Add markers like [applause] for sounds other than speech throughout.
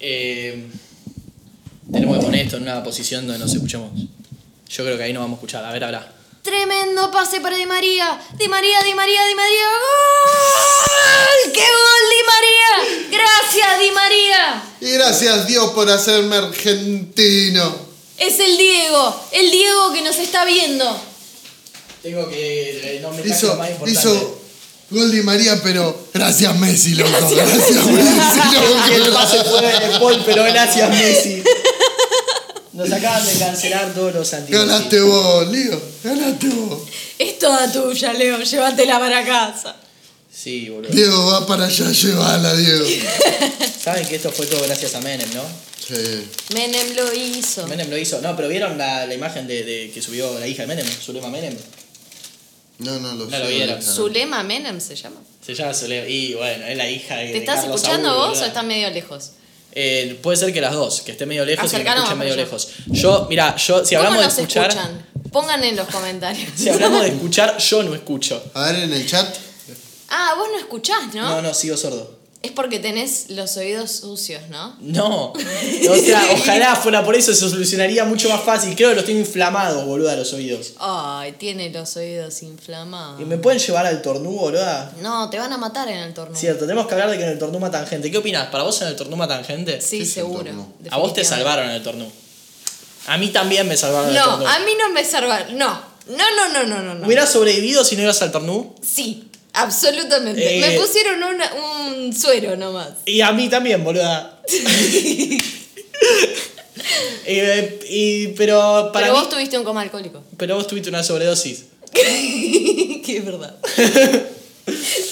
Eh, tenemos que poner esto en una posición donde nos escuchemos. Yo creo que ahí nos vamos a escuchar. A ver, habla. Tremendo pase para Di María. Di María, Di María, Di María. ¡Gol! ¡Qué gol, Di María! Gracias, Di María. Y gracias Dios por hacerme argentino. Es el Diego, el Diego que nos está viendo. Tengo que. eh, No me Hizo, hizo gol Di María, pero gracias Messi, loco. Gracias Messi, [laughs] El loco. pase fue de Paul, pero gracias, Messi. Nos acaban de cancelar todos los antiguos. Ganaste vos, Leo. Ganaste vos. Es toda tuya, Leo. Llévatela para casa. Sí, boludo. Diego va para allá, llévala, Diego. Saben que esto fue todo gracias a Menem, ¿no? Sí. Menem lo hizo. Menem lo hizo. No, pero ¿vieron la, la imagen de, de que subió la hija de Menem? Zulema Menem. No, no lo No lo vieron. Zulema Menem se llama. Se llama Zulema. Y bueno, es la hija de. ¿Te de Eh, estás Carlos escuchando Saúl, vos boludo. o estás medio lejos? Eh, puede ser que las dos, que esté medio lejos y que me Acercá escuchen nomás, medio yo. lejos. Yo, mira, yo, si ¿Cómo hablamos de nos escuchar. escuchan? Pongan en los comentarios. [laughs] Si hablamos de escuchar, yo no escucho. A ver en el chat. Ah, vos no escuchás, ¿no? No, no, sigo sordo. Es porque tenés los oídos sucios, ¿no? No. O [laughs] sea, ojalá fuera por eso, se solucionaría mucho más fácil. Creo que los tengo inflamados, boluda, los oídos. Ay, tiene los oídos ¿Y inflamados. me pueden llevar al tornú, boluda? No, te van a matar en el torneo. Cierto, tenemos que hablar de que en el tornú matan gente. ¿Qué opinas? ¿Para vos en el tornú matan gente? Sí, ¿Qué es el seguro. torneo? A vos te salvaron en el tornú. A mí también me salvaron en el tornú. No, a mí no me salvaron. No, no, no, no, no, no. no. ¿Hubieras sobrevivido si no ibas al tornú? Sí, absolutamente. Eh. Me pusieron una- un suero nomás. Y a mí también, [laughs] boluda. Eh, y- pero para Pero mí- vos tuviste un coma [laughs] alcohólico. pero vos tuviste una sobredosis. [laughs] que es verdad.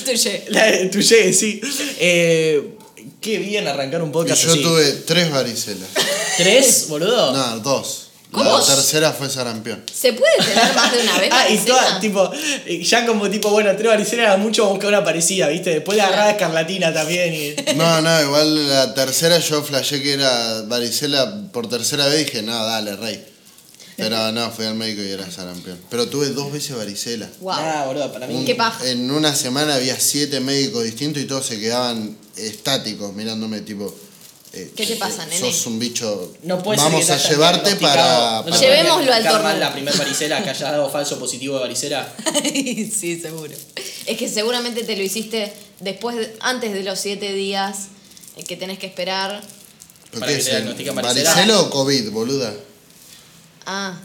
Tuye. La de tu ye, sí. Eh, qué bien arrancar un Y podcast yo así. tuve tres varicelas. ¿Tres, boludo? No, dos. ¿Cómo? La tercera fue sarampión. ¿Se puede tener más de una vez? [laughs] Ah, y varicela? todas, tipo, eh, ya como tipo, bueno, tres varicelas era mucho buscar una parecida, ¿viste? Después la agarraba escarlatina también y. No, no, igual la tercera yo flashé que era varicela por tercera vez y dije, no, dale, rey. Pero no, fui al médico y era sarampión. Pero tuve dos veces varicela. Wow. Ah, boludo, para mí. Un- Mm. Qué paja. En una semana había siete médicos distintos y todos se quedaban estáticos mirándome, tipo. eh, ¿Qué te pasa, nene? Sos un bicho. No puede ser Vamos que te a hayan llevarte para. diagnosticado- no para- se puede Llevémoslo al diagnosticar mal torno. la primera varicela que haya dado falso positivo de varicela. sí, seguro. Es que seguramente te lo hiciste después, de- antes de los siete días eh, que tenés que esperar. ¿Pero para qué que es te el- diagnostiquen varicela? ¿Varicela o COVID, boluda? Ah,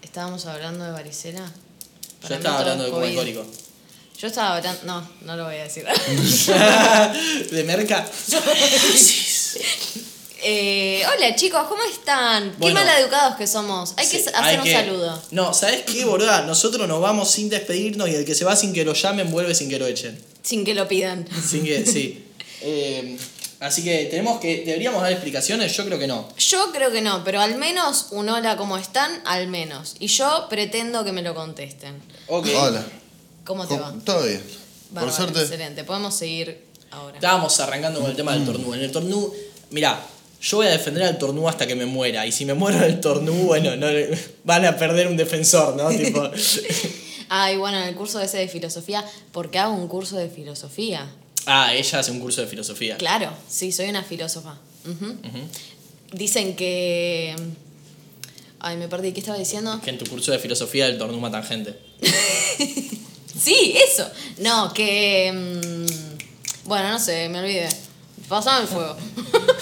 estábamos hablando de varicela. Yo Para mí estaba todo hablando es de cubo COVID. alcohólico. [laughs] Yo estaba hablando. No, no lo voy a decir. de merca. Eh, hola chicos, ¿cómo están? Qué Bueno. mal educados que somos. Hay que Sí, hacer hay un que- saludo. No, ¿sabes qué, boluda? Nosotros nos vamos sin despedirnos y el que se va sin que lo llamen vuelve sin que lo echen. Sin que lo pidan. Sin que, sí. [laughs] Eh, así que tenemos que. ¿Deberíamos dar explicaciones? Yo creo que no. Yo creo que no, pero al menos un hola, ¿cómo están? Al menos. Y yo pretendo que me lo contesten. Ok. Hola. ¿Cómo te va? ¿Cómo- Todo bien. Bárbaro, Por suerte. Excelente, podemos seguir ahora. Estábamos arrancando con el tema del tornú. En el tornú, mirá, yo voy a defender al tornú hasta que me muera. Y si me muero del tornú, bueno, no, le- [laughs] van a perder un defensor, ¿no? [laughs] Tipo, Ah, y bueno, en el curso ese de filosofía, porque hago un curso de filosofía. ah, ella hace un curso de filosofía. Claro, sí, soy una filósofa. Ujú. Dicen que... Ay, me perdí, ¿qué estaba diciendo? Que en tu curso de filosofía el tornú matan gente. Sí, eso. No, que... mm, bueno, no sé, me olvidé. Pasame el [laughs] fuego.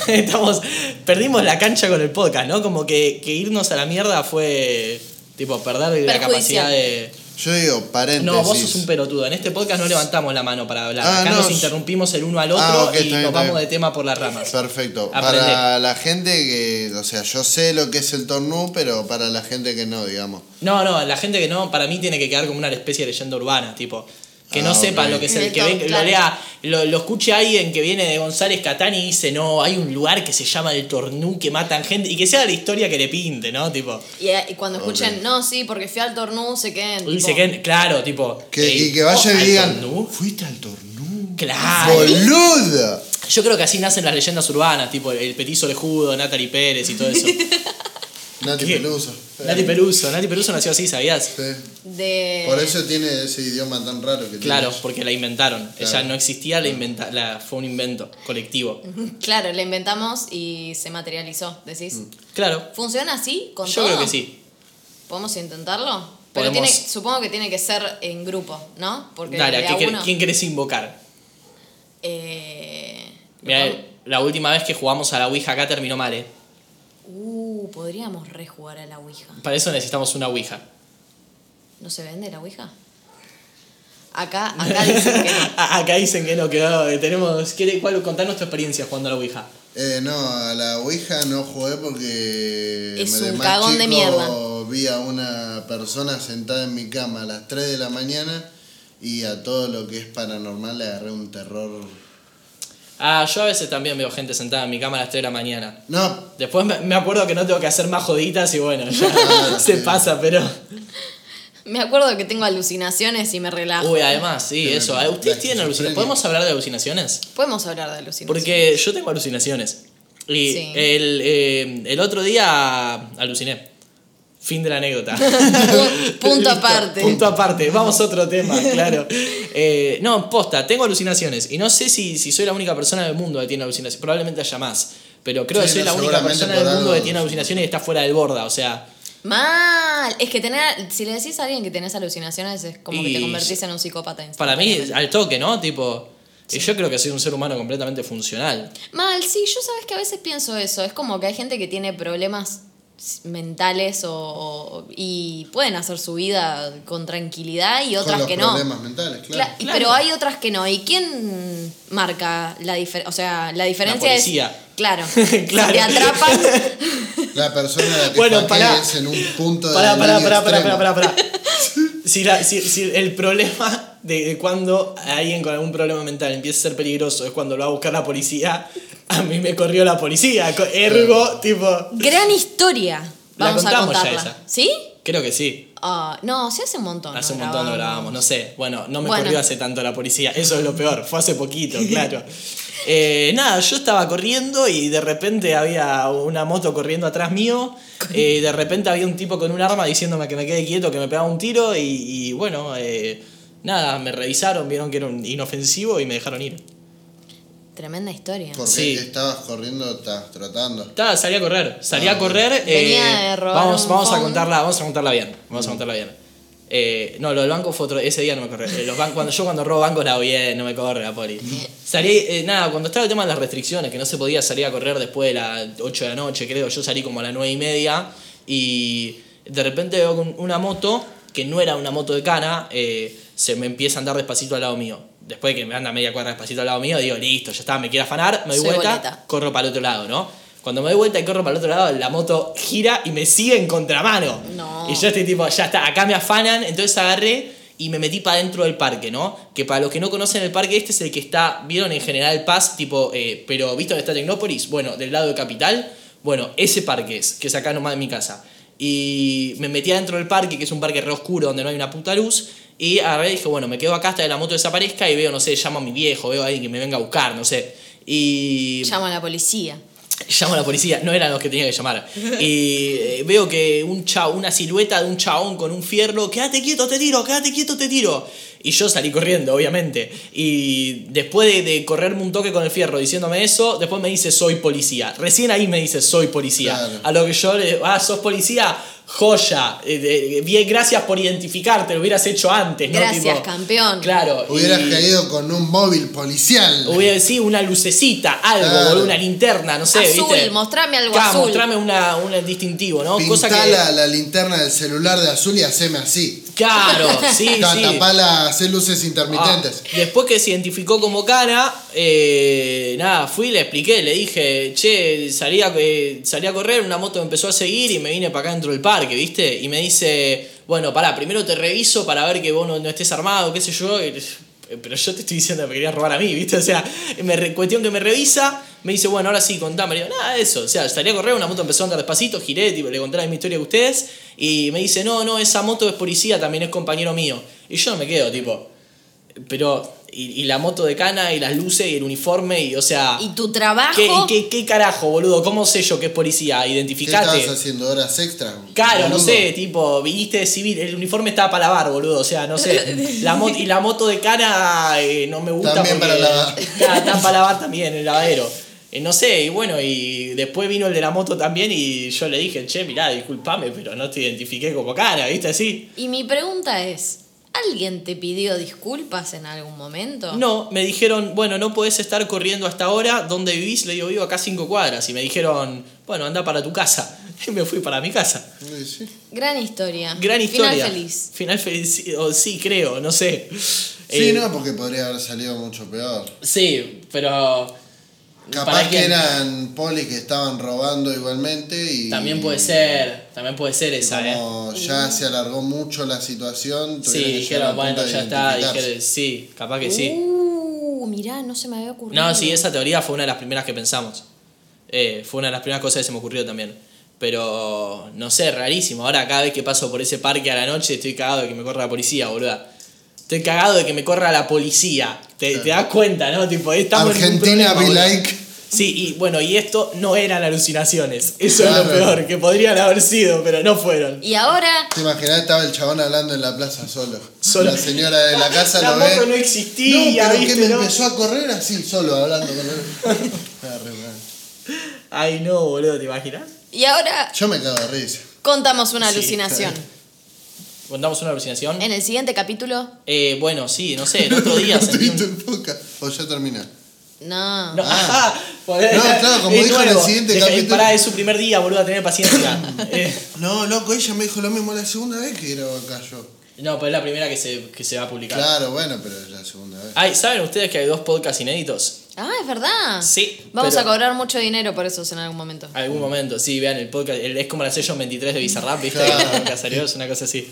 Estamos. Perdimos la cancha con el podcast, ¿no? Como que, que irnos a la mierda fue. Tipo, perder la Perjudicial. capacidad de. Yo digo, paréntesis. No, vos sos un pelotudo. En este podcast no levantamos la mano para hablar. Ah, Acá no, nos yo- interrumpimos el uno al otro Ah, ok, está y bien, nos está vamos de bien. tema por las ramas. Ah, Perfecto. Aprendé. Para la gente que, o sea, yo sé lo que es el tornú, pero para la gente que no, digamos. No, no, la gente que no, para mí tiene que quedar como una especie de leyenda urbana, tipo. Que no Ah, sepa ok. lo que es el El que top, ven- lo claro. lea, lo, lo escuche alguien que viene de González Catán y dice, no, hay un lugar que se llama el Tornú que matan gente, y que sea la historia que le pinte, ¿no? Tipo. Y, eh, y cuando escuchen, no, sí, porque fui al tornú, se queden... Y tipo, se queden, claro, tipo. Que, "Ey, y que vaya ¿vos y al digan, Tornú?". fuiste al tornú. Claro. ¡Boluda! [laughs] Yo creo que así nacen las leyendas urbanas, tipo el petizo lejudo, Natalie Pérez y todo eso. Nati ¿Qué? Peluso. Nati Peluso, Nati Peluso nació así, ¿sabías? Sí. De. Por eso tiene ese idioma tan raro que tiene. Claro, porque la inventaron. Ella Claro. no existía, la inventa, la, fue un invento colectivo. [laughs] Claro, la inventamos y se materializó, decís. Mm. Claro, ¿Funciona así? ¿Con yo todo? creo que sí. ¿Podemos intentarlo? Pero Podemos. tiene, supongo que tiene que ser en grupo, ¿no? Porque Dale, de ¿a a qué quer- uno. ¿quién querés invocar? Eh, Mirá, la última vez que jugamos a la Ouija acá terminó mal, ¿eh? Uh, podríamos rejugar a la Ouija. Para eso necesitamos una Ouija. ¿No se vende la Ouija? Acá, [laughs] acá dicen que no. A- acá dicen que no, que no, que tenemos. ¿quiere- cuál, contanos tu experiencia jugando a la Ouija. Eh, no, a la Ouija no jugué porque Es de un más cagón de chico mierda. vi a una persona sentada en mi cama a las 3 de la mañana y a todo lo que es paranormal le agarré un terror. Ah, yo a veces también veo gente sentada en mi cama a las 3 de la mañana. No, Después me, me acuerdo que no tengo que hacer más joditas y bueno, ya se pasa, pero. Me acuerdo que tengo alucinaciones y me relajo. Uy, además, sí, eso. Ah, ¿Ustedes La tienen alucinaciones? esquizofrenia. ¿Podemos hablar de alucinaciones? Podemos hablar de alucinaciones. Porque yo tengo alucinaciones. Y Sí. el, eh, el otro día aluciné. Fin de la anécdota. [laughs] [laughs] punto Listo, aparte. Punto aparte. Vamos a otro tema, claro. Eh, no, posta, tengo alucinaciones. Y no sé si, si soy la única persona del mundo que tiene alucinaciones. Probablemente haya más. Pero creo que Sí, soy la no, única seguramente persona por del mundo algo- que tiene alucinaciones y está fuera del borda. O sea, Mal. Es que tener. Si le decís a alguien que tenés alucinaciones, es como que Y- te convertís en un psicópata. para mí, instantáneamente. al toque, ¿no? Tipo, yo creo que soy un ser humano completamente funcional. Mal, sí, yo sabes que a veces pienso eso. Es como que hay gente que tiene problemas mentales o, o- y pueden hacer su vida con tranquilidad y con otras los que no. problemas mentales, claro. Cla- y- Pero hay otras que no. ¿Y quién marca la diferencia? O sea, la diferencia es. policía. [laughs] Claro. si Claro. [laughs] te atrapan. [laughs] La persona a la que Bueno, bueno, pará. es en un punto de Pará, la pará, línea pará, pará, extrema. pará, [laughs] pará. Si, la- si- si el problema de, de cuando alguien con algún problema mental empieza a ser peligroso es cuando lo va a buscar la policía, a mí me corrió la policía. co- Ergo, tipo. Gran historia. La Vamos a contamos ya contarla. esa. ¿Sí? Creo que sí. Ah, no, se hace un montón. Hace un no montón lo grabamos. grabamos, no sé. Bueno, no me Bueno. corrió hace tanto la policía. Eso es lo peor. Fue hace [laughs] poquito, claro. Eh, nada, yo estaba corriendo y de repente había una moto corriendo atrás mío. Eh, de repente había un tipo con un arma diciéndome que me quede quieto, que me pegaba un tiro. Y, y bueno, eh, nada, me revisaron, vieron que era un inofensivo y me dejaron ir. Tremenda historia. Porque Sí. estabas corriendo, estabas tratando. Ta, salí a correr, salí a correr. Venía eh, de robar vamos, un vamos a phone. contarla, vamos a contarla bien. Vamos a contarla bien. Eh, no, lo del banco fue otro. Ese día no me corre. Eh, Los ban- cuando, yo cuando robo bancos la hago bien, no me corre la poli. Salí, eh, nada, cuando estaba el tema de las restricciones, que no se podía salir a correr después de las 8 de la noche, creo. Yo salí como a las 9 y media y de repente veo con una moto que no era una moto de cana, eh, se me empieza a andar despacito al lado mío. Después de que me anda media cuadra despacito al lado mío, digo, listo, ya está, me quiere afanar, me doy Soy vuelta, boleta. corro para el otro lado, ¿no? Cuando me doy vuelta y corro para el otro lado, la moto gira y me sigue en contramano. No. Y yo estoy tipo, ya está, acá me afanan, entonces agarré y me metí para dentro del parque, ¿no? Que para los que no conocen el parque, este es el que está, vieron en General Paz, tipo, eh, pero ¿viste dónde está Tecnópolis? Bueno, del lado de Capital, bueno, ese parque es, que es acá nomás de mi casa. Y me metí adentro del parque, que es un parque re oscuro donde no hay una puta luz. Y agarré y dije, bueno, me quedo acá hasta que la moto desaparezca y veo, no sé, llamo a mi viejo, veo a alguien que me venga a buscar, no sé. Y Llamo a la policía. Llamo a la policía, no eran los que tenía que llamar. Y eh, veo que un chao, una silueta de un chabón con un fierro, quédate quieto, te tiro, quédate quieto, te tiro. Y yo salí corriendo, obviamente. Y después de, de correrme un toque con el fierro diciéndome eso, después me dice, soy policía. Recién ahí me dice, soy policía. Claro. A lo que yo le ah, sos policía, joya. Eh, de- bien, gracias por identificarte, lo hubieras hecho antes, ¿no? Gracias, campeón. Claro. Hubieras y- caído con un móvil policial. Hubiera sí, una lucecita, algo, Claro. boludo, una linterna, no sé. Azul, ¿viste? mostrame algo azul. Mostrame una- un distintivo, ¿no? Cosa Pintá que. la, la linterna del celular de azul y haceme así. Claro, sí, Ta- sí. Tapala, hacé luces intermitentes. Ah, después que se identificó como cara, eh, nada, fui, le expliqué, le dije, che, salí a, eh, salí a correr, una moto me empezó a seguir y me vine para acá dentro del parque, ¿viste? Y me dice, bueno, pará, primero te reviso para ver que vos no, no estés armado, qué sé yo. y- "Eh, Pero yo te estoy diciendo que me querías robar a mí, ¿viste? O sea, me, re- cuestión que me revisa, me dice, bueno, ahora sí, contame. Le digo, nada, eso. O sea, salí a correr, una moto empezó a andar despacito, giré, tipo, le conté la misma historia que ustedes. Y me dice, no, no, esa moto es policía, también es compañero mío. Y yo no me quedo, tipo, Pero, y, y la moto de cana, y las luces, y el uniforme, y o sea... Y tu trabajo. Ah. ¿Qué, y qué, qué carajo, boludo? ¿Cómo sé yo que es policía? ¿Qué estabas Identificate. haciendo? ¿Horas extras? Claro, no boludo? sé, tipo, viniste de civil, el uniforme estaba para lavar, boludo, o sea, no sé. La mo- y la moto de cara eh, no me gusta. También porque- para lavar. Claro, [laughs] está para lavar también, en el lavadero. Eh, no sé, y bueno, y después vino el de la moto también y yo le dije, che, mirá, disculpame, pero no te identifiqué como cara, ¿viste? Así. Y mi pregunta es: ¿alguien te pidió disculpas en algún momento? No, me dijeron, bueno, no podés estar corriendo hasta ahora, ¿dónde vivís? Le digo, vivo acá a cinco cuadras. Y me dijeron, bueno, anda para tu casa. [laughs] Y me fui para mi casa. Sí, sí. Gran historia. Gran historia. Ah, Final feliz. Final feliz, sí, o sí, creo, no sé. Sí, Eh, no, porque podría haber salido mucho peor. Sí, pero. Capaz ¿para que quién? eran polis que estaban robando igualmente y... También puede ser, también puede ser y esa, ¿eh? Como ya se alargó mucho la situación, tuvieron Sí, que llegar dijeron, al punto bueno, de ya está, identificarse. dijeron, sí, capaz que sí. Uh, mirá, no se me había ocurrido. No, sí, esa teoría fue una de las primeras que pensamos. Eh, fue una de las primeras cosas que se me ocurrió también. Pero, no sé, rarísimo. Ahora cada vez que paso por ese parque a la noche estoy cagado de que me corra la policía, boluda. Estoy cagado de que me corra la policía. Te, te das cuenta, ¿no? Tipo, estamos en un problema, Argentina, be boludo. like... Sí, y bueno, y esto no eran alucinaciones. Eso es lo Claro. peor, que podrían haber sido, pero no fueron. Y ahora. ¿Te imaginás? Estaba el chabón hablando en la plaza solo. Solo. La señora de la casa La lo moto ve. no existía, No, pero ¿viste? que me ¿no? empezó a correr así, solo hablando con él. Ah, re mal. Ay, no, boludo, ¿te imaginas? Y ahora Yo me cago de risa. contamos una Sí, alucinación. ¿Contamos una alucinación? En el siguiente capítulo. Eh, bueno, sí, no sé, el otro [laughs] día sentí Tuviste un... un poca. O ya termina. No. No, Ah. ajá, boludo, No, claro, como es dijo en el nuevo. siguiente Deja- capítulo- Pará, es su primer día, boludo, a tener paciencia. [laughs] Eh, No, loco, ella me dijo lo mismo la segunda vez que era acá yo. no, pero es la primera que se, que se va a publicar. Claro, bueno, pero es la segunda vez. Ay, ¿saben ustedes que hay dos podcasts inéditos? Ah, es verdad. Sí, Vamos pero- a cobrar mucho dinero por esos en algún momento. Algún momento, sí, vean el podcast. el- es como la sesión 23 de Bizarrap, ¿viste? [laughs] Claro. Que salió, es una cosa así.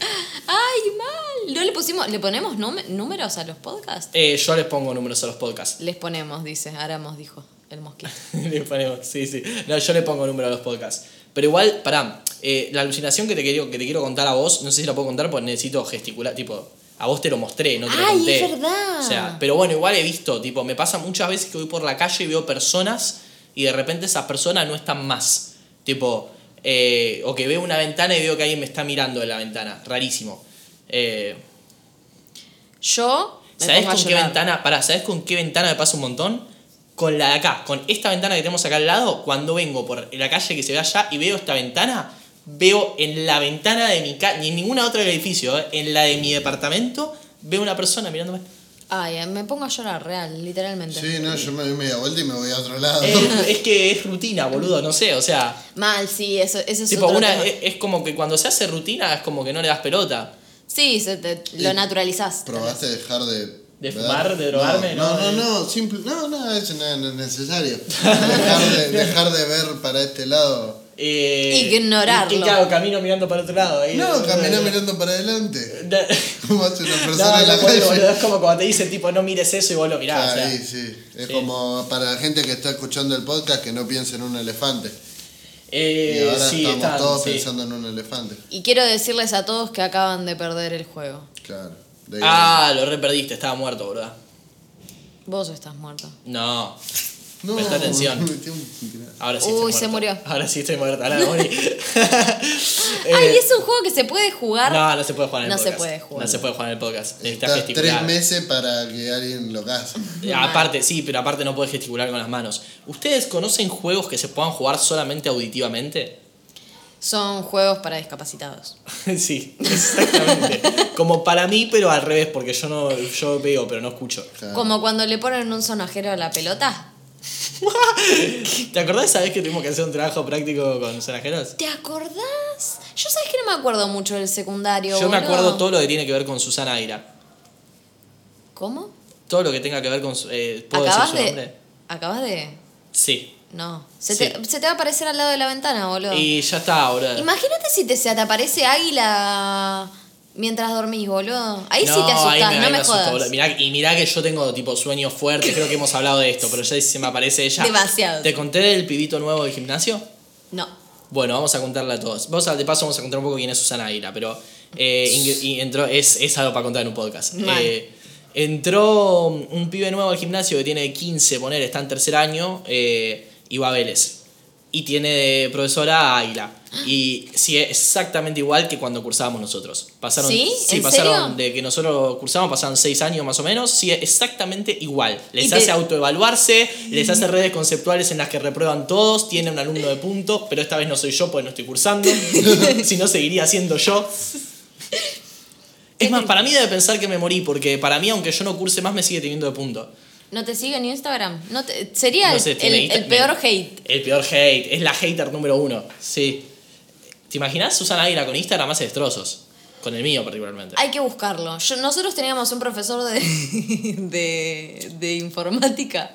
Ay, mal. No le pusimos, le ponemos num- números a los podcasts. Eh, yo les pongo números a los podcasts. Les ponemos, dice Aramos, dijo el mosquito. [laughs] Les ponemos, sí, sí. No, yo le pongo números a los podcasts. Pero igual, pará, eh, la alucinación que te, quiero, que te quiero contar a vos, no sé si la puedo contar porque necesito gesticular, tipo, a vos te lo mostré, no te lo Ay, conté. es verdad. O sea, pero bueno, igual he visto, tipo, me pasa muchas veces que voy por la calle y veo personas y de repente esas personas no están más. Tipo, eh, o que veo una ventana y veo que alguien me está mirando de la ventana. Rarísimo. Eh, Yo me ¿Sabes pongo a con qué llorar. ventana? Pará, ¿sabes con qué ventana me pasa un montón? Con la de acá, con esta ventana que tenemos acá al lado, cuando vengo por la calle que se ve allá y veo esta ventana, veo en la ventana de mi casa, ni en ninguna otra del edificio, eh, en la de mi departamento, veo una persona mirándome. Eh. Ay, me pongo a llorar real, literalmente. Sí, no, yo me doy media vuelta y me voy a otro lado. Eh, es que es rutina, boludo, no sé, o sea, Mal, sí, eso, eso es tipo, otro una, eh, tema. es, es como que cuando se hace rutina es como que no le das pelota. Sí, se te- lo Y- naturalizás. ¿Probaste dejar de... ¿De ¿verdad? fumar, de drogarme? No, No, Eh. no, no, no, simple, no, no, eso no no [laughs] es necesario. Dejar de, dejar de ver para este lado. Eh, Ignorarlo. ¿Y qué hago? Camino mirando para otro lado. eh. ahí. No, [laughs] caminá mirando para adelante. Como hace una No, persona no, en la boludo, boludo, calle. es como cuando te dicen, tipo, no mires eso y vos lo mirás. o sea. Ahí, sí. Es como para la gente que está escuchando el podcast que no piensa en un elefante. Y Eh, ahora sí, estamos están, todos sí. pensando en un elefante. Y quiero decirles a todos que acaban de perder el juego. Claro. De- Ah, lo re perdiste, estaba muerto, ¿verdad? Vos estás muerto. No, no, presta atención. me metí un- ahora sí. Uy, estoy se muerto. murió. Ahora sí estoy muerto, [laughs] ahora morí. Ay, Eh, es un juego que se puede jugar. No, no se puede jugar en el No se podcast. puede jugar. No se puede jugar en el podcast. Necesitas Estás tres gesticular. meses para que alguien lo case. Eh, Aparte, sí, pero aparte no puedes gesticular con las manos. ¿Ustedes conocen juegos que se puedan jugar solamente auditivamente? [laughs] Son juegos para discapacitados. sí, [laughs] exactamente. Como para mí, pero al revés, porque yo no yo veo, pero no escucho. Claro. Como cuando le ponen un sonajero a la pelota. ¿Te acordás esa vez que tuvimos que hacer un trabajo práctico con sonajeros? ¿Te acordás? Yo sabes que no me acuerdo mucho del secundario. Yo me boludo. acuerdo todo lo que tiene que ver con Susana Aira. ¿Cómo? Todo lo que tenga que ver con su. eh, ¿Puedo Acabas decir su de. nombre? Acabas de. Sí. No. Se, Sí. te, se te va a aparecer al lado de la ventana, boludo. Y ya está, ahora. Imagínate si te, se te aparece águila mientras dormís, boludo. Ahí sí te asustás, no me, asusta, jodas. boludo. Mirá- y mirá que yo tengo tipo sueños fuertes, creo que hemos hablado de esto, pero ya si se me aparece ella. Demasiado. ¿Te conté del pibito nuevo del gimnasio? No. Bueno, vamos a contarla a todos. Vamos a, de paso vamos a contar un poco quién es Susana Aira, pero eh, ing- y entró, es, es algo para contar en un podcast. Mal. Eh, Entró un pibe nuevo al gimnasio que tiene 15, poner, está en tercer año, eh, y va a Vélez. Y tiene de profesora a Águila. Y sí, es exactamente igual que cuando cursábamos nosotros. Pasaron, ¿Sí? ¿En pasaron serio? de que nosotros cursamos, pasaron 6 años más o menos. Sí, exactamente igual. Les te- Mm. hace autoevaluarse, les hace redes conceptuales en las que reprueban todos, tiene un alumno de puntos, pero esta vez no soy yo porque no estoy [laughs] cursando. si no, seguiría siendo yo. Es más, para mí debe pensar que me morí, porque para mí, aunque yo no curse más, me sigue teniendo de punto. No te sigue en Instagram. No te- sería No el- sé, el, tiene Insta- el peor me- hate. El peor hate. Es la hater número uno. Sí. ¿Te imaginas Susana Águila con Instagram hace destrozos? Con el mío particularmente. Hay que buscarlo. Yo- nosotros teníamos un profesor de, [laughs] de, de informática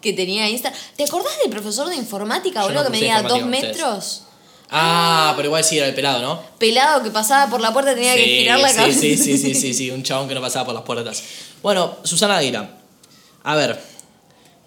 que tenía Instagram. ¿Te acordás del profesor de informática, Yo boludo, no que cursé medía dos informática con metros? Ah, pero igual sí era el pelado, ¿no? Pelado que pasaba por la puerta tenía que Sí, girar la sí, cabeza. Sí, sí, sí, sí, sí, un chabón que no pasaba por las puertas. Bueno, Susana Águila. A ver.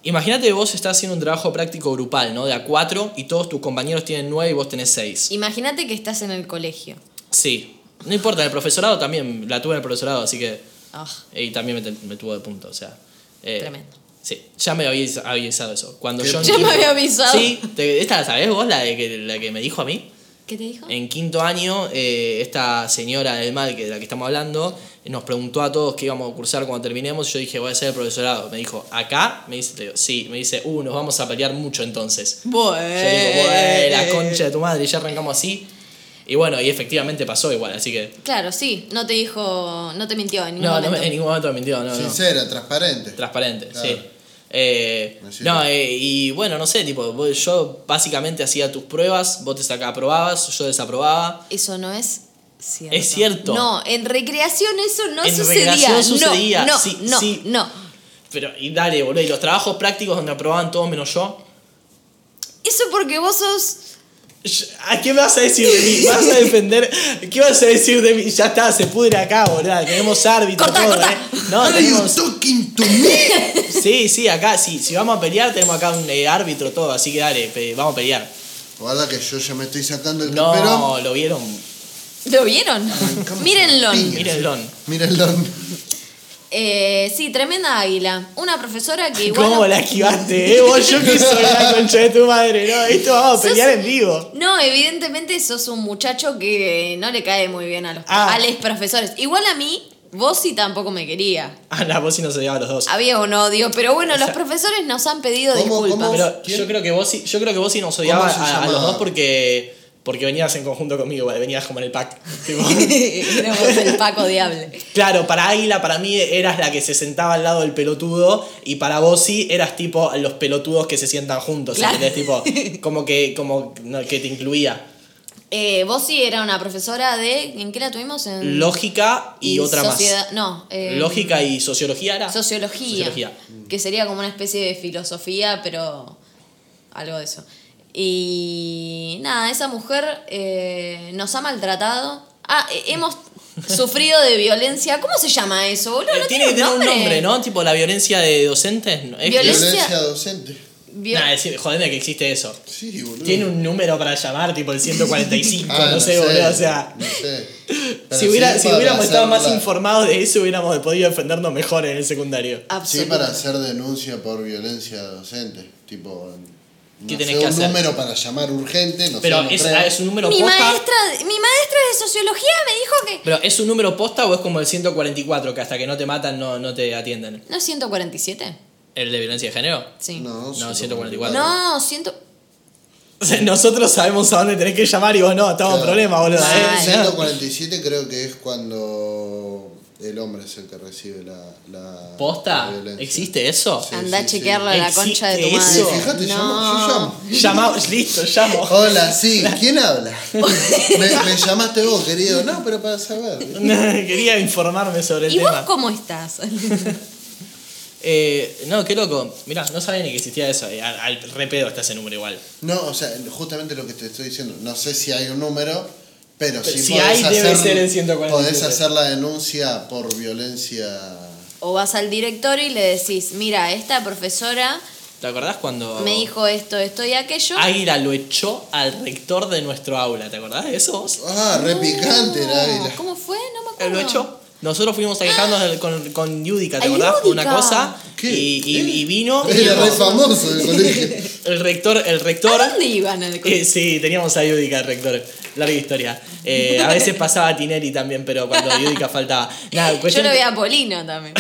Imagínate que vos estás haciendo un trabajo práctico grupal, ¿no? De a cuatro y todos tus compañeros tienen nueve y vos tenés seis. [laughs] Imagínate que estás en el colegio. Sí. No importa, en el profesorado también. La tuve en el profesorado, así que. Ah, Y también me, me tuvo de punto, o sea. eh, Tremendo. Sí, ya me había avisa- avisado eso. Cuando ¿Qué? yo en Ya me quinto- había avisado. Sí, te- esta la sabés vos, la, de que, la que me dijo a mí. ¿Qué te dijo? En quinto año, eh, esta señora del mal que, de la que estamos hablando nos preguntó a todos qué íbamos a cursar cuando terminemos. Yo dije, voy a ser el profesorado. Me dijo, ¿acá? Me dice, le digo, sí, me dice, uh, nos vamos a pelear mucho entonces. Yo Eh. digo, "Bué, la concha de tu madre, ya arrancamos así. Y bueno, y efectivamente pasó igual, así que. Claro, sí. No te dijo. No te mintió en ningún No, no momento. me- en ningún momento me mintió, no, no. Sincera, transparente. Transparente, Claro. sí. Eh, Me sirve. no, eh, y bueno, no sé, tipo, vos- yo básicamente hacía tus pruebas, vos te sacabas aprobabas, yo desaprobaba. Eso no es cierto. Es cierto. No, en recreación eso no En sucedía. recreación No, sucedía, No, sí, no, sí. no. Pero, y dale, boludo, y los trabajos prácticos donde aprobaban todos menos yo. Eso porque vos sos. Yo- ¿A qué me vas a decir de mí? ¿Vas a defender? ¿Qué vas a decir de mí? Ya está, se pudre acá, boludo. Tenemos árbitros, Cortá, todo, cortá. ¿eh? No, Are you tenemos. talking to me? [laughs] Sí, sí, acá, sí. Si vamos a pelear, tenemos acá un eh, árbitro, todo. Así que dale, pe- vamos a pelear. Guarda que yo ya me estoy sacando el No, camperón. lo vieron. ¿Lo vieron? Arrancamos Mírenlo. a la piña. Mírenlo. Mira el don. Eh, sí, tremenda águila. Una profesora que igual. ¿Cómo no- la esquivaste, eh? Vos, yo que soy la concha de tu madre, ¿no? Esto vamos a Sos- pelear en vivo. No, evidentemente sos un muchacho que no le cae muy bien a los, Ah. a los profesores. Igual a mí, vos sí tampoco me quería. Ah, no, vos sí nos odiabas los dos. Había un odio, pero bueno, O sea, los profesores nos han pedido ¿cómo- cómo- disculpas. Ah, Pero ¿Quién? yo creo que vos sí, yo creo que vos sí nos odiabas ¿Cómo se a, a los llama? dos porque, porque venías en conjunto conmigo, igual, venías como en el pack. [laughs] tipo. Éramos [laughs] el Paco Diable. claro, para Águila, para mí eras la que se sentaba al lado del pelotudo y para vos sí eras tipo los pelotudos que se sientan juntos, Claro. ¿entendés? Tipo, como que, como no, que te incluía Eh, vos sí era una profesora de. ¿En qué la tuvimos? En... lógica y, otra sociedad- más. No, eh, Lógica y sociología era. Sociología, Sociología. Que sería como una especie de filosofía, pero algo de eso. Y nada, esa mujer eh, nos ha maltratado. Ah, eh, [laughs] hemos sufrido de violencia. ¿Cómo se llama eso, boludo? Eh, No tiene que tener nombre. un nombre, ¿no? Tipo la violencia de docentes. ¿no? Es- Violencia- Violencia docente. Vio- Nah, decime, jodeme que existe eso. Sí, boludo. Tiene un número para llamar, tipo el [laughs] 145, Mm. Ah, no, sé, boludo. O sea, No [laughs] sé. Pero si, hubiera- sí si para hubiéramos estado más hacerla- informados de eso, hubiéramos podido defendernos mejor en el secundario. Sí, Absoluto. para hacer denuncia por violencia docente. Tipo. No ¿Qué sé, tenés que un hacer? número para llamar urgente, no Pero sé. no es, ah, creo. es un número mi, posta. maestra, mi maestra de sociología me dijo que. Pero es un número posta o es como el 144, que hasta que no te matan no, no te atienden. ¿No es 147? ¿El de violencia de género? Sí. No, No, 144. No, ciento... Nosotros sabemos a dónde tenés que llamar y vos no, estamos en Claro. problemas, boludo. ¿eh? Mal. No. 147 creo que es cuando el hombre es el que recibe la, la- la ¿Posta? violencia. ¿Existe eso? Sí, Andá a sí, sí. chequearlo a la ¿Existe concha de tu eso? madre. Sí, Fíjate, no. llamo, yo llamo. Llamamos, listo, llamo. [laughs] [laughs] Hola, sí, ¿quién habla? me, me llamaste vos, querido. No, pero para saber. Quería informarme sobre el ¿Y vos tema. cómo estás? [laughs] Eh, no, qué loco. Mirá, no sabía ni que existía eso. Eh, Al, al re pedo está ese número igual. No, o sea, justamente lo que te estoy diciendo. No sé si hay un número, pero, Pero sí si podés hay, hacer, debe ser el 147. Podés hacer la denuncia por violencia. O vas al directorio y le decís, mira, esta profesora ¿Te acordás Oh. cuando me dijo esto, esto y aquello. Águila lo echó al rector de nuestro aula? ¿Te acordás de eso vos? Ah, re picante el No, águila. ¿Cómo fue? No me Él acuerdo. lo echó. Nosotros fuimos a quejarnos del- con, con Yudica, ¿te ¡Ay, acordás? Por una Yudica! cosa. ¿Qué? Y, y- y vino. [laughs] Era re famoso en el [laughs] colegio. El rector, el rector. ¿A dónde iban al Eh, sí, teníamos a Yudica, rector. Larga historia. Eh, a veces pasaba Tineri también, pero cuando Yudica faltaba. Nada, [laughs] Yo ah, cuestión lo que- veía a Polino [laughs] también.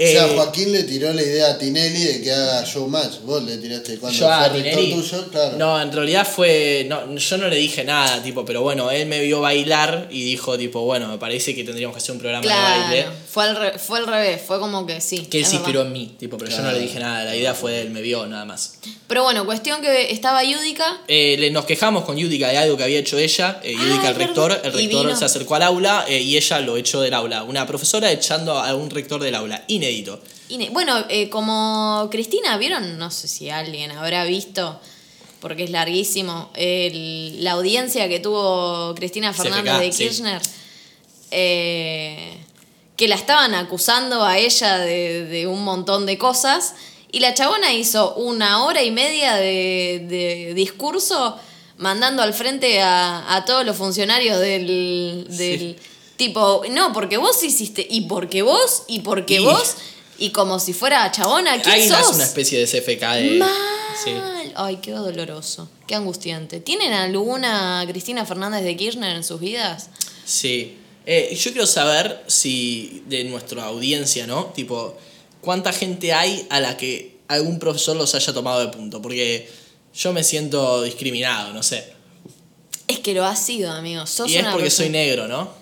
eh, o sea, Joaquín le tiró la idea a Tinelli de que haga showmatch. Vos le tiraste cuando yo a fue rector Tineri. tuyo, claro. No, en realidad fue. No, yo no le dije nada, tipo, pero bueno, él me vio bailar y dijo, tipo, bueno, me parece que tendríamos que hacer un programa de baile. Claro, fue al, re- fue al revés, fue como que sí. Que él es se inspiró verdad. en mí, tipo, pero yo Claro. no le dije nada, la idea fue de él, me vio nada más. Pero bueno, cuestión que estaba Yudica. Eh, le- nos quejamos con Yudica de algo que había hecho ella, eh, Yudica Ah, al es rector, verdad. el Y rector vino. se acercó al aula eh, y ella lo echó del aula, una profesora echando a un rector del aula, inédito. y ne- bueno, eh, como Cristina, ¿vieron? No sé si alguien habrá visto, porque es larguísimo, el- la audiencia que tuvo Cristina CFK, Fernández de sí. Kirchner. eh, que la estaban acusando a ella de, de un montón de cosas. Y la chabona hizo una hora y media de, de discurso mandando al frente a, a todos los funcionarios del, del- tipo, no, porque vos hiciste, y porque vos, y porque Y- vos, y como si fuera chabona, ¿quién Ahí nace sos? una especie de CFK de... Mal. Sí. Ay, qué doloroso, qué angustiante. ¿Tienen alguna Cristina Fernández de Kirchner en sus vidas? Sí. Eh, yo quiero saber si de nuestra audiencia, ¿no? Tipo, ¿cuánta gente hay a la que algún profesor los haya tomado de punto? Porque yo me siento discriminado, no sé. Es que lo has sido, amigo. Sos Y es una porque persona- soy negro, ¿no?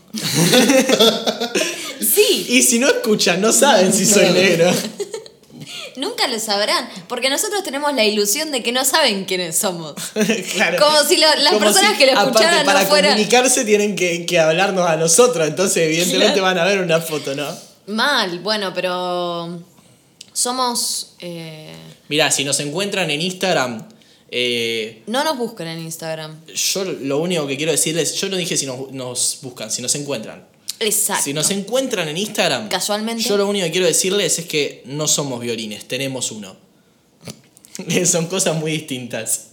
Sí, Y si no escuchan, no saben si soy [laughs] negro. Nunca lo sabrán, porque nosotros tenemos la ilusión de que no saben quiénes somos. Claro. Como si lo- las personas que lo aparte, escucharan no para fueran- comunicarse tienen que, que hablarnos a nosotros, entonces evidentemente Claro. van a ver una foto, ¿no? Mal, bueno, pero somos... eh, Mirá, si nos encuentran en Instagram, eh, No nos buscan en Instagram. Yo lo único que quiero decirles, yo no dije si nos, nos buscan, si nos encuentran. Exacto. Si nos encuentran en Instagram, Casualmente. yo lo único que quiero decirles es que no somos violines, tenemos uno. [laughs] Son cosas muy distintas.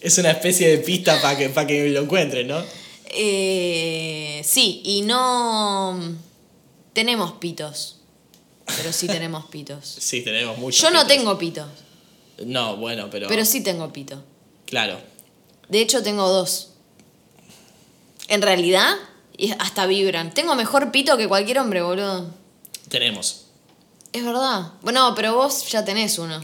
Es una especie de pista para que, pa' que lo encuentren, ¿no? Eh, sí, y no... mm, Tenemos pitos, pero sí tenemos [laughs] pitos. Sí, tenemos muchos. Yo no filtros. tengo pitos, No, bueno, pero. pero sí tengo pito. Claro. De hecho, tengo dos. En realidad, y hasta vibran. Tengo mejor pito que cualquier hombre, boludo. Tenemos. Es verdad. Bueno, pero vos ya tenés uno.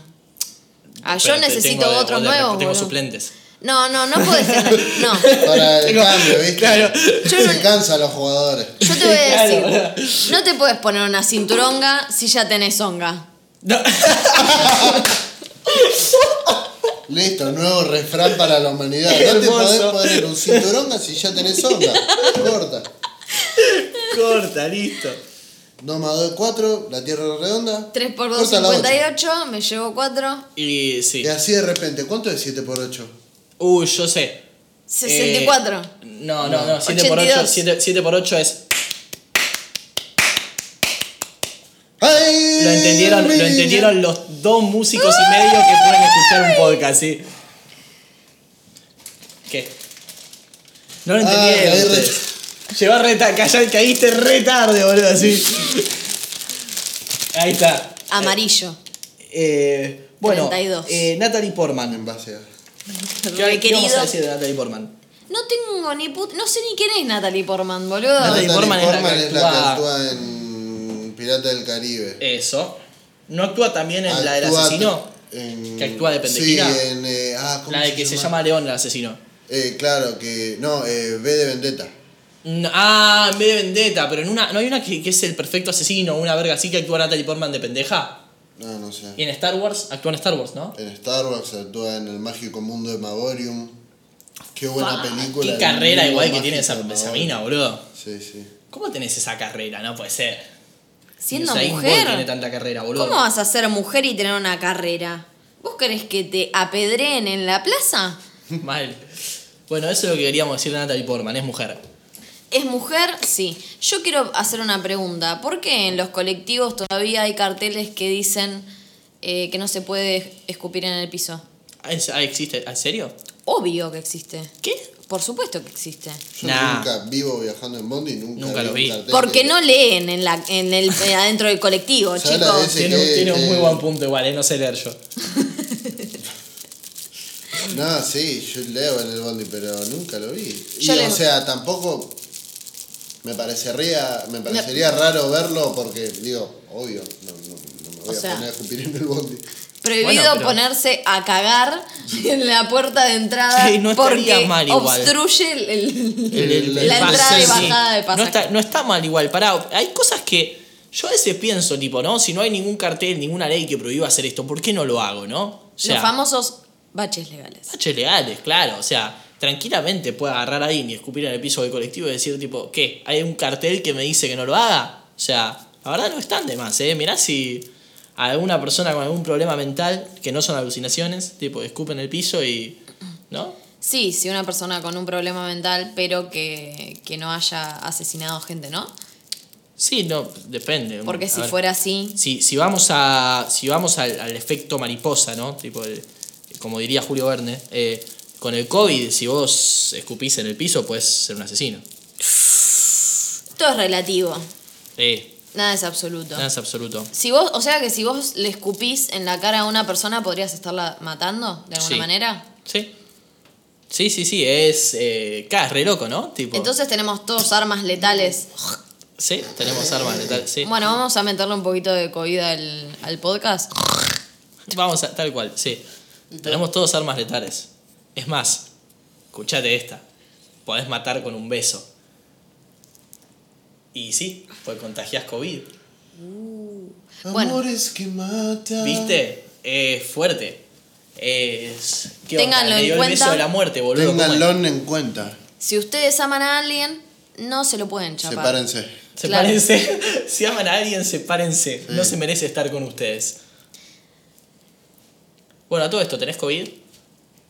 Ah, yo Pero te- necesito tengo de- otro de- nuevo. Tengo boludo. suplentes. No, no, no podés tener. [laughs] No. Para el Tengo- cambio, ¿viste? Claro. Yo Se no- cansan los jugadores. Yo te voy a Claro, decir, boludo. no te puedes poner una cinturonga si ya tenés onga. No. Listo, nuevo refrán para la humanidad. Qué No te podés hermoso. poner un cinturón si ya tenés onda. Corta. [laughs] Corta, listo. 2 más 2 es 4, la tierra es redonda. 3 por 2, Corta la ocho. 58, me llevo 4, Y sí. Y así de repente, ¿cuánto es 7 por 8? Uy, yo sé. 64. Eh, no, no, no. 7 por 8, 82. 7, por 8 es. ¡Ay! Lo entendieron, lo mi niña! entendieron los dos músicos y medio que pueden escuchar un podcast, ¿sí? ¿Qué? No lo Ah, entendieron. caí re- ustedes. Llegó re tarde, callá, caíste re tarde, boludo, así. Ahí está. amarillo. Eh, bueno, 32. eh, Natalie Portman. En base a. eh, ¿Qué, qué vamos Requerido. a decir de Natalie Portman? No tengo ni put... No sé ni quién es Natalie Portman, boludo. Natalie Portman es la que actúa- actúa en Pirata del Caribe. Eso. ¿No actúa también en la del Actúa asesino? en- que actúa de pendejita. Sí, en. eh, ah, ¿cómo La de que se llama León, la asesino. Eh, claro, que. No, eh, B de Vendetta. No, ah, en vez de Vendetta, pero en una. ¿No hay una que, que es el perfecto asesino, una verga así que actúa Natalie Portman de pendeja? No, no sé. Y en Star Wars, actúa en Star Wars, ¿no? En Starbucks actúa en el mágico mundo de Magorium. Qué buena Fa, película. Qué El carrera mundo igual que mágico tiene esa, de Magorium. esa mina, boludo. Sí, sí. ¿Cómo tenés esa carrera? No puede ser. Siendo Usain Bolt tiene mujer. tanta carrera, boludo. ¿Cómo vas a ser mujer y tener una carrera? ¿Vos querés que te apedreen en la plaza? [laughs] Mal. Bueno, eso es lo que queríamos decir de Natalie Portman, es mujer. ¿Es mujer? Sí. Yo quiero hacer una pregunta. ¿Por qué en los colectivos todavía hay carteles que dicen eh, que no se puede escupir en el piso? Ah, ¿en- ah, ¿Existe? ¿En serio? Obvio que existe. ¿Qué? Por supuesto que existe. Yo Nah. nunca vivo viajando en Bondi y nunca, Nunca lo un vi. cartel Porque que- no leen en la, en el, eh, adentro del colectivo, ¿Sabes la chicos. Sí, Tiene, que- tiene un muy que- buen punto igual, eh, no sé leer yo. No, sí, yo leo en el Bondi, pero nunca lo vi. Y, Yo leo. o sea, tampoco me parecería, me parecería raro verlo porque, digo, obvio, no, no- no me voy O a sea. poner a escupir en el Bondi. Prohibido Bueno, pero- ponerse a cagar en la puerta de entrada Sí, no estaría porque mal igual. obstruye el- El- el- el- el la entrada pasaje, y sí. bajada de pasaje. No está, no está mal igual, pará. Hay cosas que yo a veces pienso, tipo, ¿no? Si no hay ningún cartel, ninguna ley que prohíba hacer esto, ¿por qué no lo hago, no? O Los famosos baches legales. Baches legales, claro. O sea, tranquilamente puede agarrar a Dean y escupir en el piso del colectivo y decir, tipo, ¿qué? ¿Hay un cartel que me dice que no lo haga? O sea, la verdad no están de más, ¿eh? Mirá si a alguna persona con algún problema mental, que no son alucinaciones, tipo, escupe en el piso y. ¿No? Sí, si una persona con un problema mental, pero que, que no haya asesinado gente, ¿no? Sí, no, depende. Porque A si ver, fuera así, Si, si vamos, a, si vamos al, al efecto mariposa, ¿no? Tipo, el- como diría Julio Verne, eh, con el COVID, si vos escupís en el piso, puedes ser un asesino. todo es relativo. Eh. Nada es absoluto. Nada es absoluto. Si vos, o sea que si vos le escupís en la cara a una persona, podrías estarla matando de alguna Sí. manera. Sí. Sí, sí, sí, es. Eh, claro, es re loco, ¿no? Tipo, Entonces tenemos todos armas letales. Sí, tenemos armas letales. Sí. Bueno, vamos a meterle un poquito de comida al, al podcast. Vamos a. Tal cual, sí. Tenemos todos armas letales. Es más, escuchate esta. Podés matar con un beso. Y sí, pues contagias COVID. Bueno. Amores que matan. ¿Viste? Es fuerte. Es. ¿Qué Ténganlo Le en dio el beso cuenta. de la muerte, boludo. ¿cómo es? Ténganlo en cuenta. Si ustedes aman a alguien, no se lo pueden chapar. Sepárense. Claro. Sepárense. [laughs] si aman a alguien, sepárense. No se merece estar con ustedes. Bueno, a todo esto, ¿tenés COVID?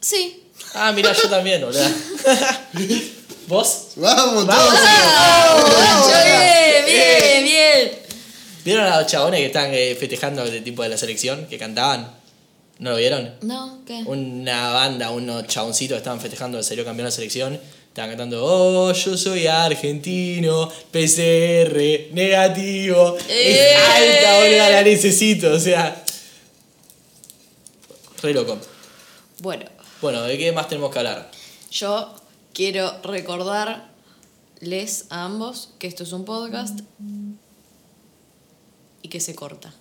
Sí. Ah, mira, yo también, boludo. ¿Vos? Vamos, Vamos. todos. ¡Nacho, bien, bien, bien! ¿Vieron a los chabones que están eh, festejando este tipo de la selección? Que cantaban. ¿No lo vieron? No, ¿qué? Una banda, unos chaboncitos que estaban festejando que salió campeón de la selección. Estaban cantando, oh, yo soy argentino, PCR, negativo. ¡Eh! Es alta, boludo, la necesito, o sea. Re loco. Bueno, Bueno, ¿de qué más tenemos que hablar? yo quiero recordarles a ambos que esto es un podcast y que se corta.